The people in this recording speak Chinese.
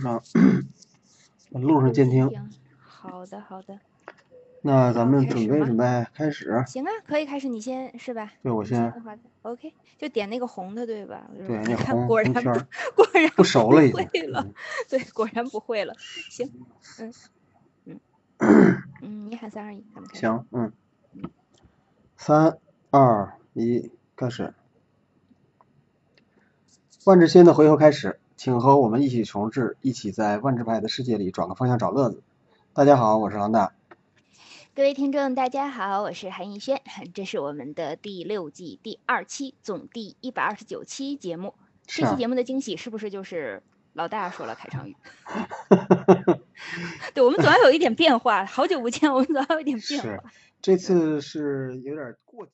上 录上监听。好的，好的。那咱们开准始备吗准备开始，行啊，可以开始，你先是吧？对我你先先的话，OK，就点那个红的，对吧？我就对说那看红果红然圈儿不，果然不熟了已经。会了嗯，对，果然不会了。行，嗯，嗯， 嗯，你喊三二一，咱们开始。行，嗯，三二一，开始。万智仙的回合开始，请和我们一起重置，一起在万智牌的世界里转个方向找乐子。大家好，我是狼大。各位听众，大家好，我是韩逸轩，这是我们的第六季第二期，总第一百二十九期节目。是这期啊，节目的惊喜是不是就是老大说了开场语？对，我们总要有一点变化，好久不见，我们总要有一点变化是。这次是有点过。